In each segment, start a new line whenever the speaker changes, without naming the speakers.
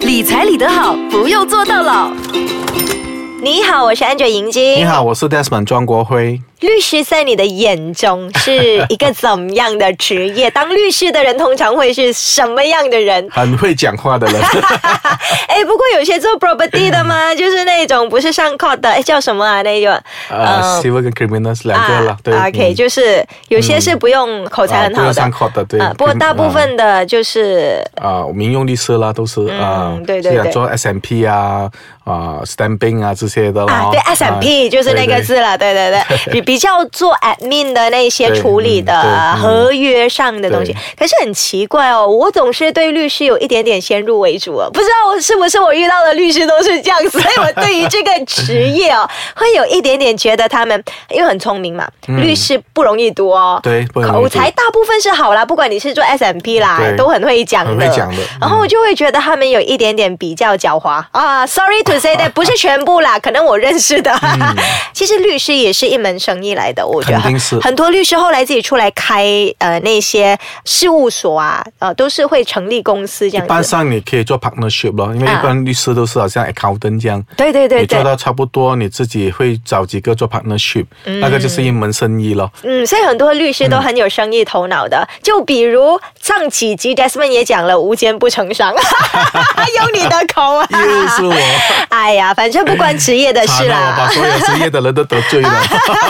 理财理得好，不用做到老。
你好，我是 Angel 银
你
晶。
好，我是 Desmond 庄 国辉。
律师在你的眼中 是一个怎么样的职业？当律师的人通常会是什么样的 人？
很会讲话 的人，
哎，不过有些做 property 的 嘛，就是那种不是上 court 的，哎，叫什么啊？那个 啊
呃，civil 跟 criminal 是两个了，对
，OK，
嗯
就是有些是不用口才很
啊不
好
用
的
上，court 的，对
啊，不过大部分的就是
啊，啊民用律师啦，都是啊，
对对
是啊
对
做 SMP 啊，啊，stamping 啊这些的啦
啊，，对，S M P 就是那个
对对
字了，对对 对，比比较做 admin 的那些
对
处理
嗯
的
对嗯
合约上的东西
对。
可是很奇怪哦，我总是对律师有一点点先入为主哦，不知道是不是我遇到的律师都是这样，所以我对于这个职业 哦，会有一点点觉得他们因为很聪明嘛，律师不容易读哦，
嗯对不容易读
口才大部分是好啦，不管你是做 S M P 啦
对，
都很会讲的，
很会讲的
然后我就会觉得他们有一点点比较狡猾啊。Sorry to say that，不是全部啦， 可能我认识的。 其实律师也是一门生意来的，我觉得
嗯肯定是
很多律师后来自己出来开呃那些事务所啊，呃都是会成立公司这
一般
样子。
上你可以做 partnership 咯，因为一
啊
般律师都是好像 accountant 这样，
对对对
你做
对，
到差不多，你自己会找几个做 partnership，那个就是一门生意咯。
嗯，所以很多律师都很有生意头脑的。就比如上几集 Desmond 也讲了“无奸不成商”， 用你的口啊，
又是我，
哎呀，反正不关职业的事
惨了，我
啦
把。所有职业的人都得罪了。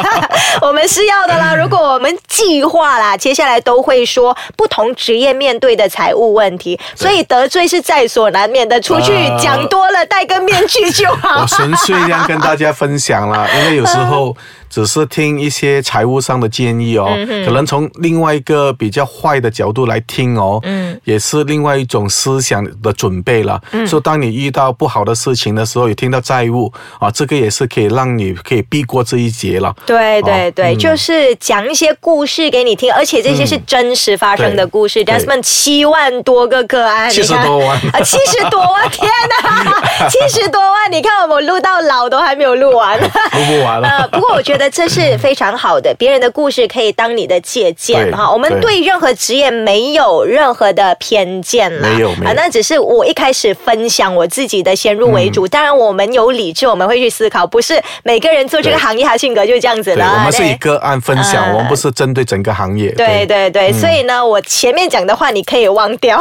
我们是要的啦。
嗯
如果我们计划啦，接下来都会说不同职业面对的财务问题，所以得罪是在所难免的。出去
呃
讲多了，戴个面具就好
我。纯粹这样跟大家分享啦，因为有时候只是听一些财务上的建议哦，
嗯
可能从另外一个比较坏的角度来听哦，
嗯
也是另外一种思想的准备了。所以当你遇到不好的事情的时候，也听到债务啊，这个也是可以让你可以避过这一劫 了。
对对
哦
对，
嗯
就是讲一些故事给你听，而且这些是真实发生的故事。
嗯对
Desmond 七万多个个案，
70
你看
多万
啊， 七十多万，天哪，七十多万！你看我们录到老都还没有录完，
录不完了
呃，不过我觉得这是非常好的，别人的故事可以当你的借鉴
对
哈。我们对
对
任何职业没有任何的偏见啦，
没有没有
啊，那只是我一开始分享我自己的先入为
嗯
主。当然，我们有理智，我们会去思考，不是每个人做这个
对
行业他性格就这样子
对，
啦。
我们是
对
以个案分
啊
享，我们不是针对整个行业。
对嗯对对，所以呢，我前面讲的话你可以忘 掉。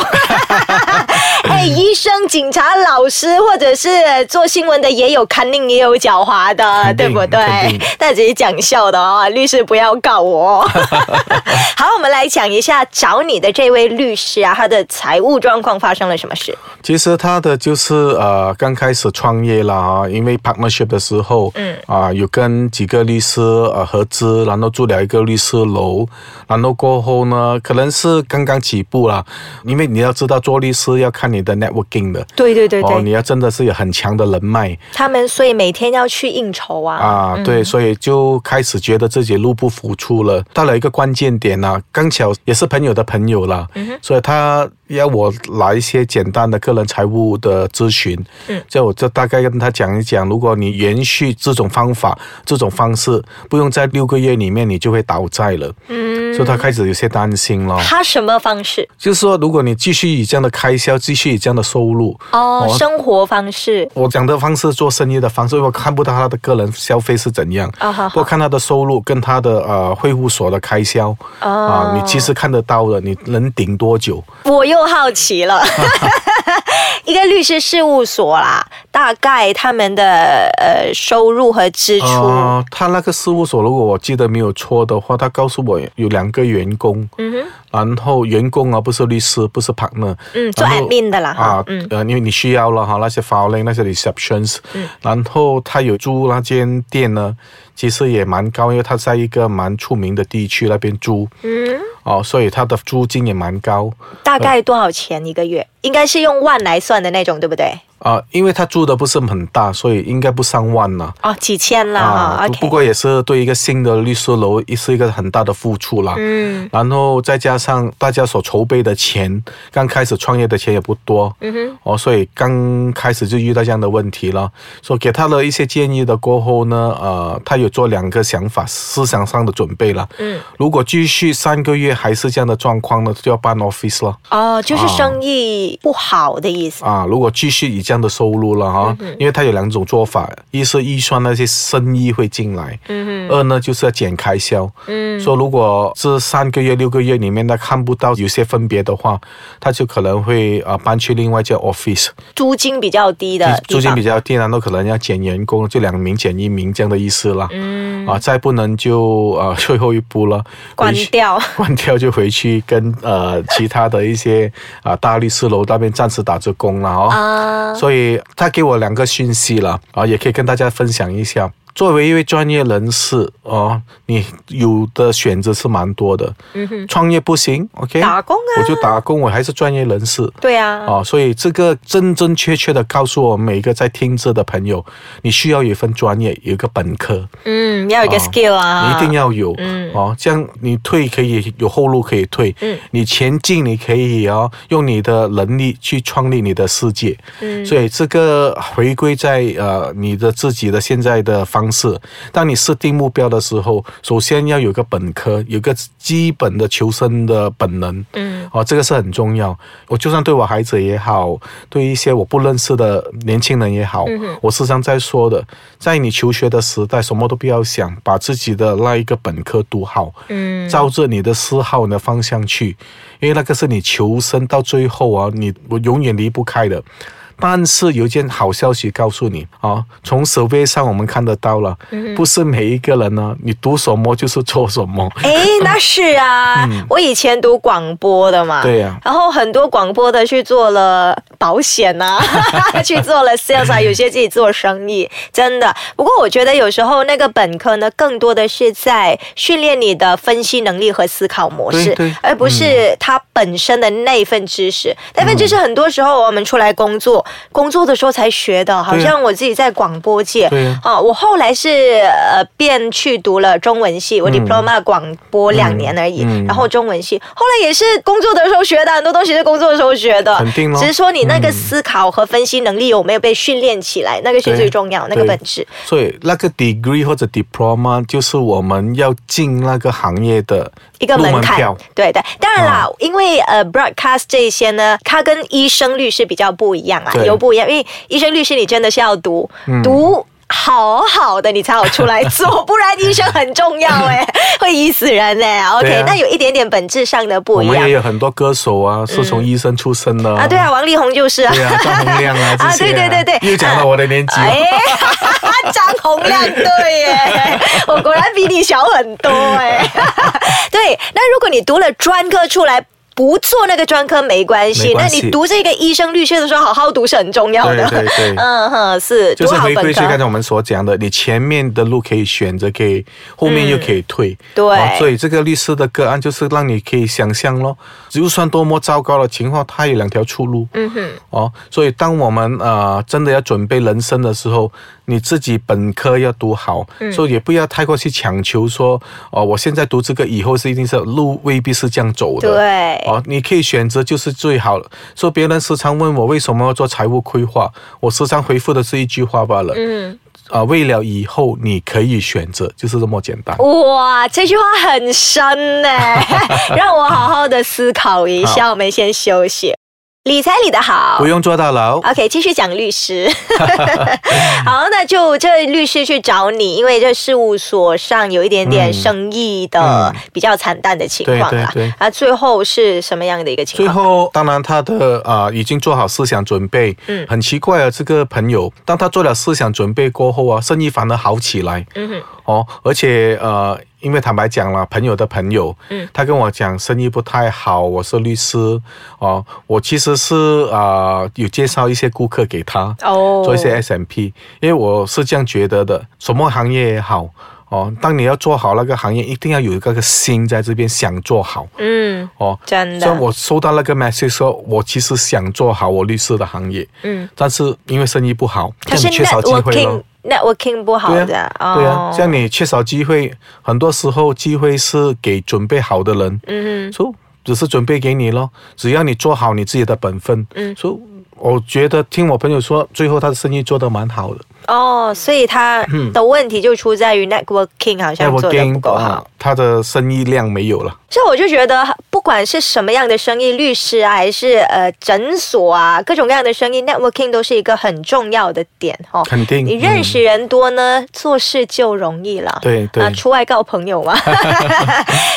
哎，医生、警察、老师，或者是做新闻的，也有看定，也有狡猾的，
肯
对
定
不对
肯定？
但只是讲笑的哦，律师不要告 我哦。好，我们来讲一下找你的这位律师啊，他的财务状况发生了什么事？
其实他的就是呃，刚开始创业啦，啊，因为 partnership 的时候，嗯，啊、有跟几个律师呃合资，然后住了一个律师楼，然后过后呢，可能是刚刚起步啦，因为你要知道做律师要看你的 networking 的，
对对对
哦，你要真的是有很强的人脉
他们所以每天要去应酬啊。
啊，对，所以就开始觉得自己入不敷出了，到了一个关键点啦、刚巧也是朋友的朋友啦，所以他要我来一些简单的个人财务的咨询，嗯，这我就大概跟他讲一讲，如果你延续这种方法、这种方式，不用在六个月里面你就会倒债了，嗯，所以他开始有些担心了。
他什么方式？
就是说，如果你继续以这样的开销，继续以这样的收入，
哦，
哦
生活方式。
我讲的方式做生意的方式，因为我看不到他的个人消费是怎样，
啊好好
不过看他的收入跟他的呃会务所的开销
哦
啊、你其实看得到的，你能顶多久？
我又好奇 了，一个律师事务所啦，大概他们的呃收入和支出，
啊，他那个事务所，如果我记得没有错的话，他告诉我有两个员工，然后员工啊不是律师，不是 partner，
嗯做
然后
admin 的啦哈
啊，呃，因为你需要了哈，那些 filing 那些 receptions，、然后他有租那间店呢，其实也蛮高，因为他在一个蛮出名的地区那边租，嗯，哦，所以他的租金也蛮高，
大概多少钱一个月？应该是用万来算的那种，对不对？
啊、因为他住的不是很大，所以应该不上万了。
哦，几千啦
啊
哈，
不
OK
不过也是对一个新的律师楼也是一个很大的付出啦。
嗯，
然后再加上大家所筹备的钱，刚开始创业的钱也不多，嗯哼，哦，所以刚开始就遇到这样的问题了。所以给他了一些建议的过后呢，呃，他有做两个想法，思想上的准备了。嗯，如果继续三个月还是这样的状况呢，就要办 office 了。
哦，就是
啊
生意不好的意思。
啊，如果继续以这样的收入了
嗯
哈，因为它有两种做法，一是预算那些生意会进来，嗯、二呢就是要减开销。嗯，说如果这三个月六个月里面他看不到有些分别的话，他就可能会啊、呃搬去另外一家 office，
租金比较低的地
租金
方
比较低，然后可能要减员工，就两名减一名这样的意思啦。嗯，啊，再不能就呃最后一步了，
关
回去
掉。
关掉就回去跟呃其他的一些啊、大律师楼那边暂时打着工了哦。
啊
所以他给我两个讯息了啊，也可以跟大家分享一下。作为一位专业人士哦，你有的选择是蛮多的。嗯哼，创业不行，OK，
打工啊
我就打工，我还是专业人士。
对啊，
啊，所以这个真真切切的告诉我们每一个在听着的朋友，你需要有一份专业，有一个本科，
嗯，要有一个
啊
skill
你
啊，
一定要有，
嗯
哦，这样你退可以有后路可以退，
嗯
你前进你可以哦，用你的能力去创立你的世界，
嗯
所以这个回归在呃你的自己的现在的方式，当你设定目标的时候，首先要有个本科，有个基本的求生的本能，
嗯
哦，这个是很重要。我就算对我孩子也好，对一些我不认识的年轻人也好，我时常在说的，在你求学的时代，什么都不要想，把自己的那一个本科读好，
嗯
照着你的嗜好、你的方向去，因为那个是你求生到最后啊，你我永远离不开的。但是有一件好消息告诉你啊，从 survey 上我们看得到了，
嗯
不是每一个人啊呢，你读什么就是做什么。
哎，那是啊，
嗯
我以前读广播的嘛，
对呀
然后很多广播的去做了保险 呐、啊，去做了 sales 啊，有些自己做生意，真的。不过我觉得有时候那个本科呢，更多的是在训练你的分析能力和思考模式，
对嗯对
而不是它本身的那一份知识。那份知识很多时候我们出来工作，工作的时候才学的，好
对呀
像我自己在广播界，
对呀
啊，我后来是呃便去读了中文系，我 diploma 广播两年而已，
嗯嗯
然后中文系后来也是工作的时候学的，很多东西是工作的时候学的，
肯定咯
只是说你那个思考和分析能力有没有被训练起来，那个是
对
最重要，那个
对
本质。
所以那个 degree 或者 diploma 就是我们要进那个行业的
一个
入
门
门
槛
票。，啊
对的。当然啦，因为呃，broadcast 这些呢，它跟医生律师比较不一样啊，
对嗯
有不一样。因为医生律师你真的是要读、读。好好的，你才好出来 做，不然医生很重要哎、会医死人哎、OK，、
对啊
那有一点点本质上的不
我
一
们
样嗯
也有很多歌手啊，是从医生出身的、
啊。对啊，。王力宏就是啊，
对啊，张洪亮啊，这
啊
些、
对对对对
又讲到我的年纪了。
哎，张洪亮对 耶，我果然比你小很多哎。 对，那如果你读了专科出来。不做那个专科没关系，
没关
那
系
你读这个医生、律师的时候，好好读是很重要的。
对对 对
嗯哼，是
就是
读好
回
本
归去
科
刚。才我们所讲的，你前面的路可以选择，可以后面又可以退。
嗯对
哦所以这个律师的个案就是让你可以想象咯，就算多么糟糕的情况，它有两条出路。嗯哼。哦，所以当我们呃真的要准备人生的时候，你自己本科要读好，
嗯
所以也不要太过去强求说，哦，我现在读这个，以后是一定是路未必是这样走的。
对
哦，你可以选择就是最好了。说别人时常问我为什么要做财务规划，我时常回复的是一句话罢了。
嗯，
啊、为了以后你可以选择，就是这么简单。
哇，这句话很深呢，让我好好的思考一下。我们先休息。理财理得好，
不用做大牢。
OK，继续讲律师。 好，那就这律师去找你，因为这事务所上有一点点
嗯
生意的、
嗯
比较惨淡的情况啦。
对对对
啊，最后是什么样的一个情
最
况？
后，当然他的啊、已经做好思想准备。
嗯
很奇怪啊，这个朋友，当他做了思想准备过后啊，生意反而好起来。
嗯哼，
哦，而且呃，因为坦白讲了，朋友的朋友，
嗯
他跟我讲生意不太好，我是律师，哦，我其实是啊、呃有介绍一些顾客给他，
哦
做一些 S M P，因为我是这样觉得的，什么行业也好。哦，当你要做好那个行业，一定要有一个个心在这边想做好
嗯，
哦。
真
虽然
的，
我收到那个 message 说，我其实想做好我律师的行业，
嗯，
但是因为生意不好，
可
这
是
样你缺少机会
networking
了。
networking 不好
对
的，
呀、对啊呀、
哦
像你缺少机会，很多时候机会是给准备好的人，嗯，所以只是准备给你咯，只要你做好你自己的本分，嗯，所以我觉得听我朋友说，最后他的生意做得蛮好的，
哦，所以他
嗯
的问题就出在于 networking 好像做的不够好。
啊，他的生意量没有了，
所以我就觉得，不管是什么样的生意，律师啊，还是呃诊所啊，各种各样的生意，networking 都是一个很重要的点哦。
肯定嗯
你认识人多呢，做事就容易了。
对对
啊，出外告朋友 嘛。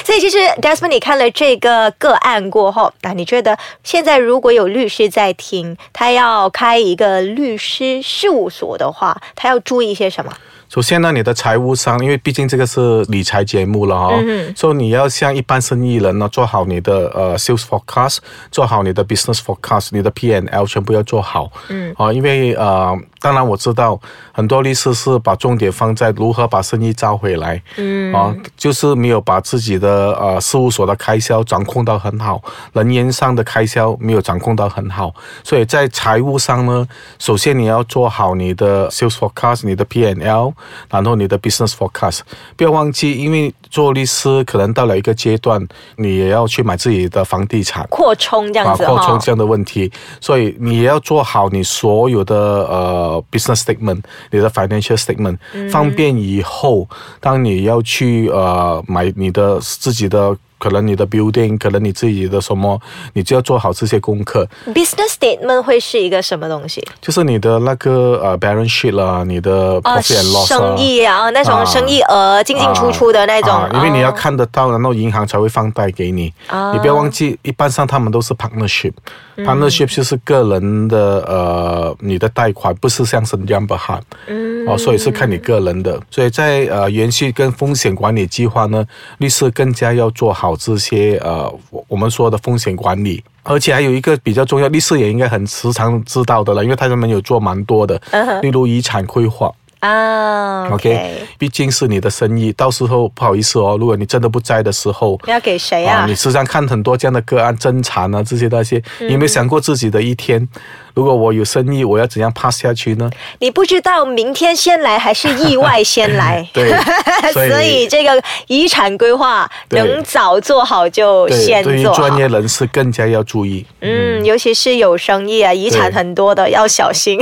所以其实 Desmond，你看了这个个案过后，那、你觉得现在如果有律师在听，他要开一个律师事务所的话，他要注意些什么？
首先呢，你的财务上，因为毕竟这个是理财节目了哦，所以你要像一般生意人呢，做好你的呃 sales forecast，做好你的 business forecast，你的 P N L 全部要做好。嗯，啊，因为呃，当然我知道很多律师是把重点放在如何把生意招回来，嗯，啊，就是没有把自己的呃事务所的开销掌控到很好，人员上的开销没有掌控到很好，所以在财务上呢，首先你要做好你的 sales forecast、你的 P&L，然后你的 business forecast，不要忘记，因为做律师可能到了一个阶段，你也要去买自己的房地产。
扩充这样
啊，
子
扩
哈、
充这样的问题，所以你也要做好你所有的呃 business statement，你的 financial statement，、方
嗯
便以后当你要去呃买你的自己的。可能你的 building，可能你自己的什么，你就要做好这些功课。
business statement 会是一个什么东西？
就是你的那个呃 balance sheet 啦，你的
啊，
profit and loss 啦
生意啊，哦那种
啊
生意额进进出出的那种，
啊啊因为你要
哦
看得到，然后银行才会放贷给你。
啊嗯
你不要忘记，一般上他们都是 partnership，partnership、就是个人的呃你的贷款，不是像是 number h a 嗯，哦，所以是看你个人的。所以在呃延续跟风险管理计划呢，律师更加要做好这些呃我我们说的风险管理。而且还有一个比较重要，律师也应该很时常知道的了，因为他们有做蛮多的，
嗯
例如遗产规划。
啊
OK，毕竟是你的生意，到时候不好意思哦，如果你真的不在的时候。
要给谁啊？
你时常看很多这样的个案，争产啊，这
嗯
些那些，你有没有想过自己的一天？如果我有生意，我要怎样 pass 下去呢？，
你不知道明天先来还是意外先来，
对 所以
所以这个遗产规划
对
能早做好就
对，
先
对于
做好
专。业人士更加要注意，
嗯，尤其是有生意啊，遗产
对
很多的要小心。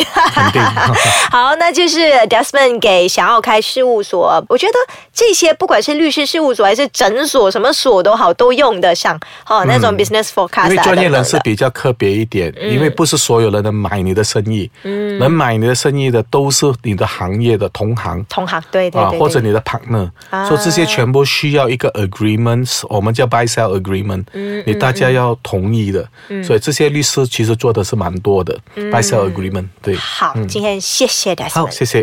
肯定。
好，那就是 Desmond 给想要开事务所，我觉得这些不管是律师事务所还是诊所，什么所都好，都用得上。哦，那种 business forecast，、啊
嗯 因为专业人士
等等的嗯
比较特别一点，因为不是所有人能买你的生意，能买你的生意的都是你的行业的同行。
同行，对对
啊
对，对
或者你的 partner，
啊
说这些全部需要一个 agreements，我们叫 buy sell agreement，你
嗯
大家要同意的，所以这些律师其实做的是蛮多的，buy sell agreement，对，
嗯好，今天谢谢 Desmond。
嗯好，谢谢。